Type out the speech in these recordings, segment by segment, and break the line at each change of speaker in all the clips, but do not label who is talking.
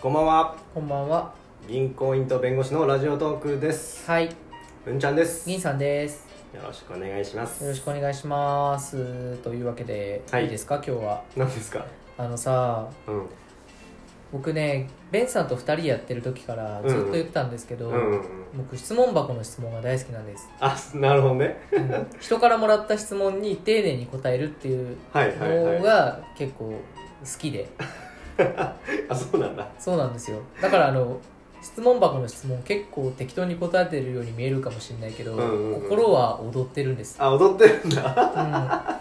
こんばんは
こんばんは。
銀行員と弁護士のラジオトークです
はい、
文ちゃんですよ
銀さんです。
ろしくお願いします
よろしくお願いします。というわけで、
はい
いいですか、今日は。
何ですか
あのさ、
うん
僕ね、ベンさんと二人やってる時からずっと言ってたんですけど、
うんうん
僕質問箱の質問が大好きなんです。
あなるほどね
人からもらった質問に丁寧に答えるっていう
はいはい
の
はい
が結構好きで、
あそうなんだ
そうなんですよ。だからあの。質問箱の質問結構適当に答えてるように見えるかもしれないけど、
うんうんうん
心は踊ってるんです、
あ踊ってるんだ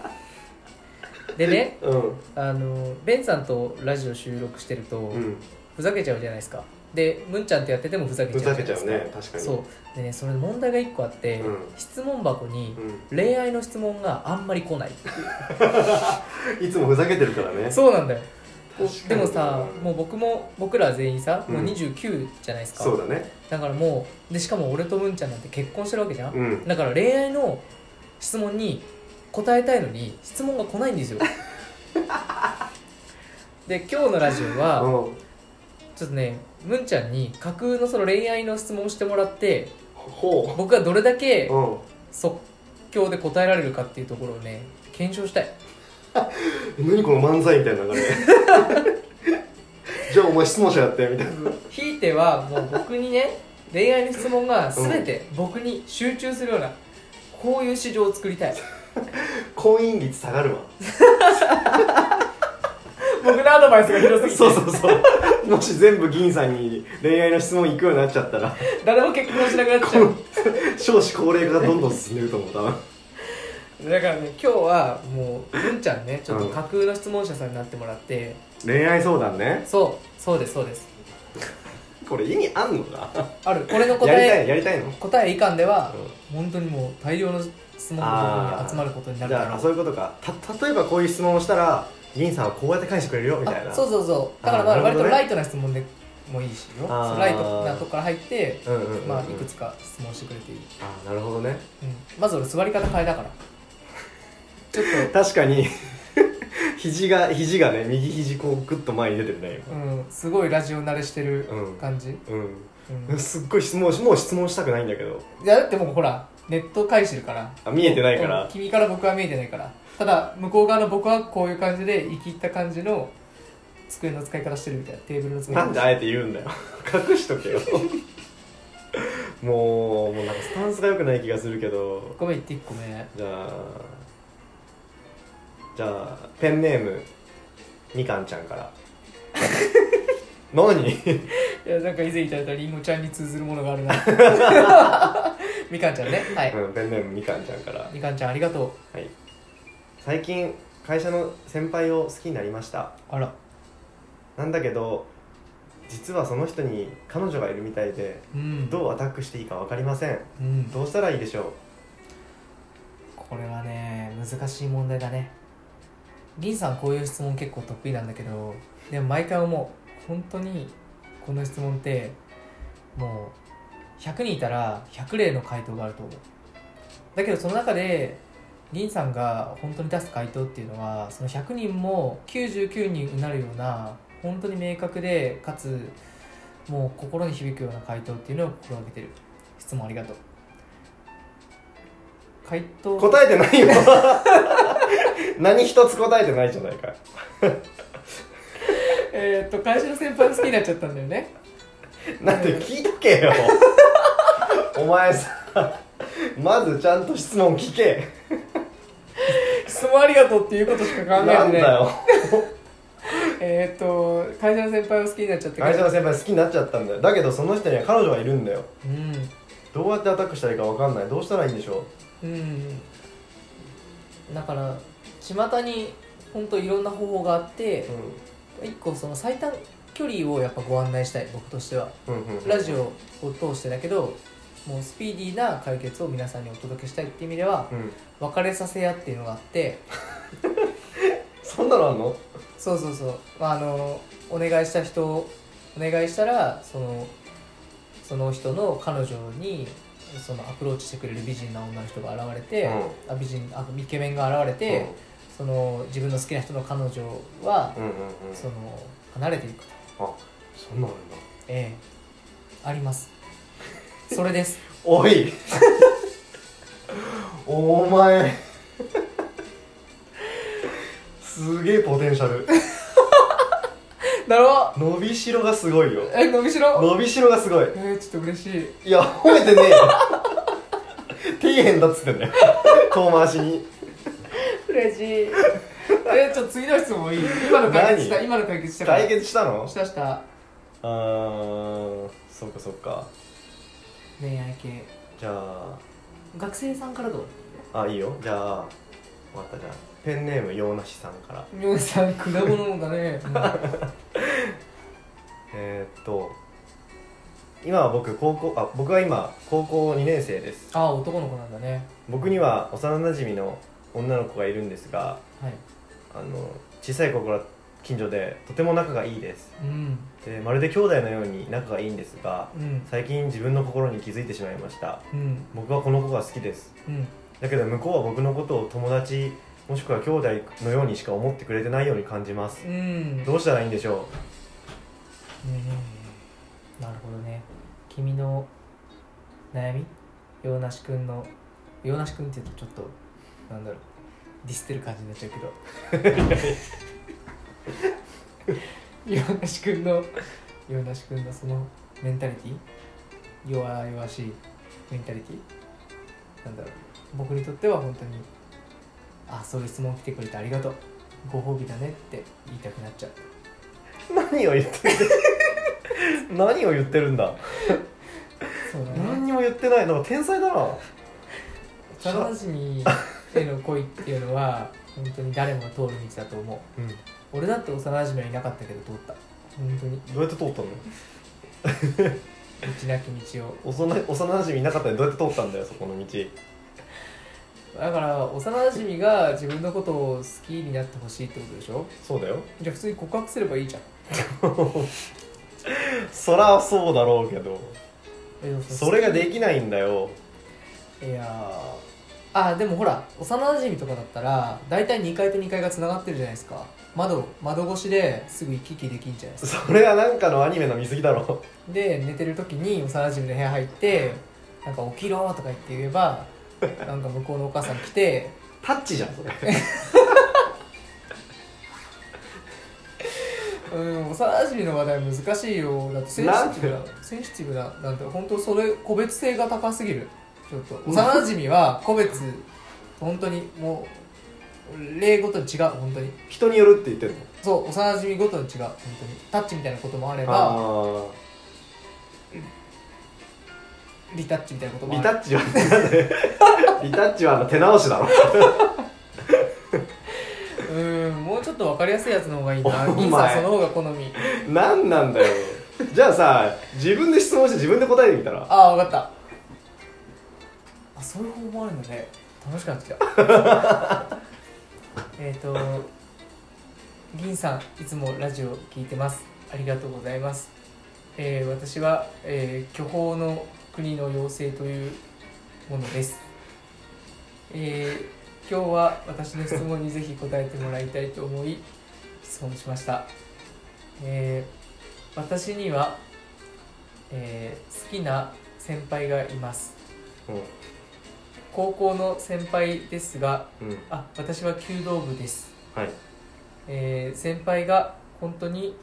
うんでね
うん
あのベンさんとラジオ収録してると、
うん
ふざけちゃうじゃないですかでムンちゃんとやっててもふざけ
ふ
ちゃ
ざ
うじ
け
ゃ
ち
ないで
ゃう
すか
ね確かに
そうでねそれ問題が1個あって、
うん
質問箱に
う
恋愛の質問があんまり来ない
んいつもふざけてるからね
そうなんだよこう
確か
で
に
もさもう僕も僕ら全員さ、もううん29じゃないですか
そうだね
だからもうでしかも俺とムンちゃんなんて結婚してるわけじゃん、
うん
だから恋愛の質問に答えたいのに質問が来ない んですよで今日のラジオは、
うん
ちょっとねムンちゃんに架空のその恋愛の質問をしてもらって
ほ
僕がどれだ
う
け
うん
即興で答えられるかっていうところをね検証したい
何この漫才みたいな流れ じゃあお前質問者やってみたいな
ひいてはもう僕に ね恋愛の質問が全て僕に集中するようなこういう市場を作りたい
婚姻率下がるわ
僕のアドバイスが広すぎて
そうそうそうもし全部銀さんに恋愛の質問行くようになっちゃった ら
誰も結婚しなくなっちゃう
少子高齢化がどんどん進んでると思う多分
だからね今日はもうムンちゃんねちょっと架空の質問者さんになってもらって、
恋愛相談ね
そうそうですそうです
これ意味あんのか
あるこれの答
やり
え
たいやりたいの
答え以下では、
う
本当にもう大量の質問のところに集まることになる
じ
から
ゃあそういうことかた例えばこういう質問をしたら銀さんはこうやって返してくれるよみたいな
あそうそうそうだからま
あ
あ
ーなる
割
ほど
と
ね
ライトな質問でもいいしよ
あー
そうライトなとこから入って、
うんうんうんうん
まあ、いくつか質問してくれていい、
あーなるほどね
うん、まず俺座り方変えたからちょっ
確かに 肘が肘がね右肘こうグッと前に出てるね
と、うん、すごいラジオ慣れしてる
うん
感じ、
今
う
うんんすっごい質問もう質問したくないんだけど
いやだってもうほらネット返してるから
あ見えてないから
うん君から僕は見えてないからただ向こう側の僕はこういう感じで生きった感じの机の使い方してるみたいなテーブルの使 い
な
方
んであえて言うんだよ隠しとけよ もうもうなんかスタンスが良くない気がするけど
ごめん言って1個目
じゃあじゃあペンネームみかんちゃんから 何
いやなんか以前いただいたりんごちゃんに通ずるものがあるな みかんちゃんねはい、
うん、ペンネームみかんちゃんから、は
みかんちゃんありがとう
い、最近会社の先輩を好きになりました
あら
なんだけど実はその人に彼女がいるみたいで
うん
どうアタックしていいか分かりません
うん
どうしたらいいでしょ
これはね難しい問題だねりんさんこういう質問結構得意なんだけどでも毎回思う本当にこの質問ってもう100人いたら100例の回答があると思うだけどその中でりんさんが本当に出す回答っていうのはその100人も99人になるような本当に明確でかつもう心に響くような回答っていうのを心がけてる質問ありがとう回答
う答えてないよ 何一つ答えてないじゃないか
えーっと会社の先輩が好きになっちゃったんだよね
なんで聞いとけよお前さまずちゃんと質問聞け
質問ありがとうっていうことしか考えてな
ないんだよ
えーっと会社の先輩を好きになっちゃった
会
け
社
ど
の先輩好きになっちゃったんだよだけどその人には彼女がいるんだよどうやってアタックしたらいいか分かんないどうしたらいいんでしょ
うんうんだから巷に本当いろんな方法があって
う、
一個その最短距離をやっぱご案内したい僕としては
うん、うんうん
ラジオを通してだけどもうスピーディーな解決を皆さんにお届けしたいって意味では
うん
別れさせ屋っていうのがあって
そんなのあんの
そうそうそう、まあ、あのお願いした人お願いしたらそのその人の彼女にそのアプローチしてくれる美人な女の人が現れて、あ美人あイケメンが現れて、その自分の好きな人の彼女は、
うんうんうんうん
その離れていくと
あそんなんあるんだ
ええありますそれです
おいお前すげえポテンシャル
だろ
伸びしろがすごいよ
え伸びしろ
伸びしろがすごい
えー、ちょっと嬉しい
いや褒めてねえよ底辺だっつってんだよ遠回しに
嬉しいえー、ちょっと次の質問いい今の解決した
何
今の解決したから
解決したの
したした
あーそっかそっか
恋愛系
じゃあ
学生さんからどう
あいいよじゃあまたじゃあペンネーム洋梨さんから
みおさん果物だね、うん
えー、っと今は僕高校あ僕は今高校2年生です
あ男の子なんだね
僕には幼馴染の女の子がいるんですが
はい
あの小さい頃から近所でとても仲がいいです
うん
でまるで兄弟のように仲がいいんですが
うん
最近自分の心に気づいてしまいました
うん
僕はこの子が好きです
うん
だけど向こうは僕のことを友達もしくは兄弟のようにしか思ってくれてないように感じます
うん
どうしたらいいんでしょ
うんなるほどね君の悩み洋梨くんの洋梨くんって言うとちょっとなんだろうディスってる感じになっちゃうけど 洋梨くんの洋梨くんのそのメンタリティ弱々しいメンタリティなんだろう僕にとっては本当にあそういう質問来てくれてありがとうご褒美だねって言いたくなっちゃう
う何を言ってる何を言ってるんだ
そうだ
何にも言ってないなんか天才だな
幼馴染への恋っていうのは本当に誰もが通る道だと思う
うん、
俺だって幼馴染はいなかったけど通った本当に
どうやって通ったの
道なき道を
幼い幼馴染いなかったのにどうやって通ったんだよそこの道
だから幼馴染が自分のことを好きになってほしいってことでしょ
そうだよ
じゃあ普通に告白すればいいじゃん
そらそうだろうけど
え
それができないんだよ
いやーあでもほら幼馴染とかだったら大体2階と2階がつながってるじゃないですか窓窓越しですぐ行き来できんじゃないですか
それはなんかのアニメの見過ぎだろ
で寝てる時に幼馴染の部屋入って「なんか起きろ」とか言って言えばなんか向こうのお母さん来て
タッチじゃんそれ
「うん幼馴染の話題難しいよ」だってセンシティブ
なん
なセンシティブななんて本当それ個別性が高すぎるちょっと幼馴染は個別本当にもう例ごとに違う本当に
人によるって言ってるの
そう幼馴染ごとに違う本当にタッチみたいなこともあれば
あ
リタッチみたいなこと
ー
もあ
リ
る
タッチはリタッチはあの手直しだろ
うんもうちょっと分かりやすいやつの方がいいな
お前
銀さんその方が好み
何なんだよじゃあさ自分で質問して自分で答えてみたら
ああ分かったあそういう方法あるんだね楽しくなってきた えっと銀さんいつもラジオ聞いてますありがとうございます、えー私は、えー巨峰の国の妖精というものです、えー今日は私の質問にぜひ答えてもらいたいと思い質問しました、えー私にはえー好きな先輩がいます
う
高校の先輩ですが
んうん
あ私は弓道部です、
はい
えー先輩が本当に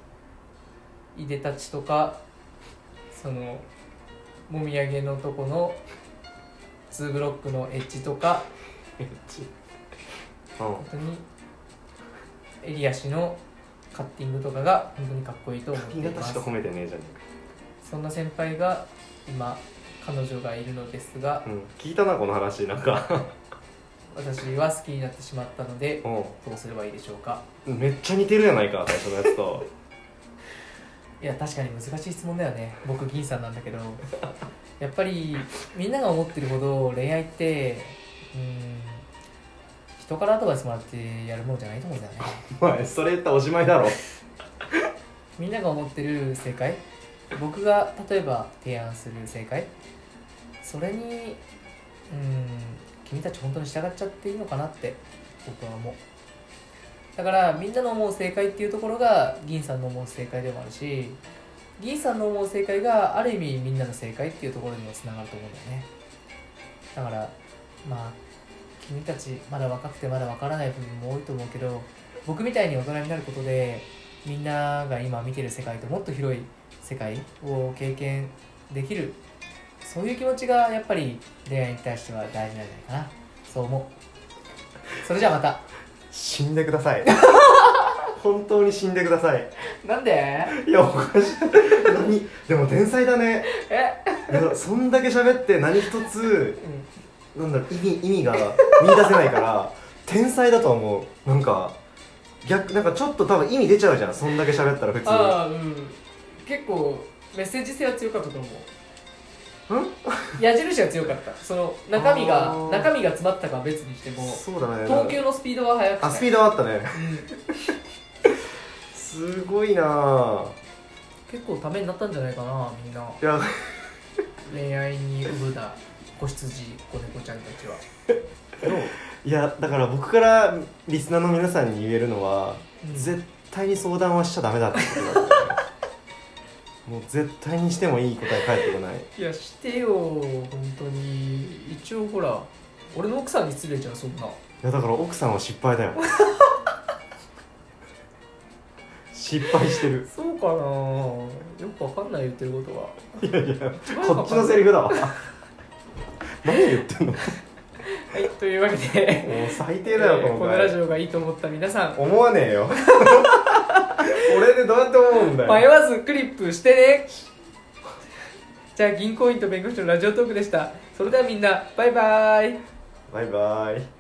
いでたちとかそのもみあげのとこの2ブロックのエッジとか
エッチうん
本当に襟足のカッティングとかが本当にかっこいいと思ってい
新潟
ま
し
す
か褒めてねえじゃね
そんな先輩が今彼女がいるのですが
えか、うん、聞いたなこの話なんか
私は好きになってしまったので
う
どうすればいいでしょうか
んめっちゃ似てるやないか最初のやつと
いや確かに難しい質問だよね僕銀さんなんだけどやっぱりみんなが思ってるほど恋愛ってうん人からアドバイスもらってやるものじゃないと思うんだよね
お前それ言ったらおしまいだろ
みんなが思ってる正解僕が例えば提案する正解それにうん君たち本当に従っちゃっていいのかなって僕は思うだからみんなの思う正解っていうところが銀さんの思う正解でもあるし銀さんの思う正解がある意味みんなの正解っていうところにもつながると思うんだよねだからまあ君たちまだ若くてまだわからない部分も多いと思うけど僕みたいに大人になることでみんなが今見てる世界ともっと広い世界を経験できるそういう気持ちがやっぱり恋愛に対しては大事なんじゃないかなそう思うそれじゃあまた
死んでください 本当に死んでください
なんで
いやおかしい何でも天才だね
え、
いやそんだけ喋って何一つ
うん
なんだろう意味意味が見出せないから天才だと思うなんか逆なんかちょっと多分意味出ちゃうじゃんそんだけ喋ったら普通
ああうん結構メッセージ性は強かったと思う矢印が強かったその中身が
あー
中身が詰まったかは別にしても
そうだね
投球のスピードは速くて
あスピードはあったね
うん
すごいなあ
結構ためになったんじゃないかなみんない
や
恋愛にうぶだ子羊子猫ちゃんたちはどう
いやだから僕からリスナーの皆さんに言えるのは、
うん
絶対に相談はしちゃダメだって ことだねもう絶対にしてもいい答え返ってこない
いやしてよ本当に一応ほら俺の奥さんに失礼じゃんそんない
やだから奥さんは失敗だよ失敗してる
そうかなよくわかんない言ってることは
や
い
いや
一番よく
こ
わ
っち
かんない
のセリフだわ何言ってんのも
はいというわけで
う最低だよ、
えー
こ
こ
の
のラジ
回
オがいいと思った皆さん
思わねえよ 俺でどうやって思うんだよ
迷わずクリップしてねじゃあ銀行員と弁護士のラジオトークでしたそれではみんなバイバイ
バイバイ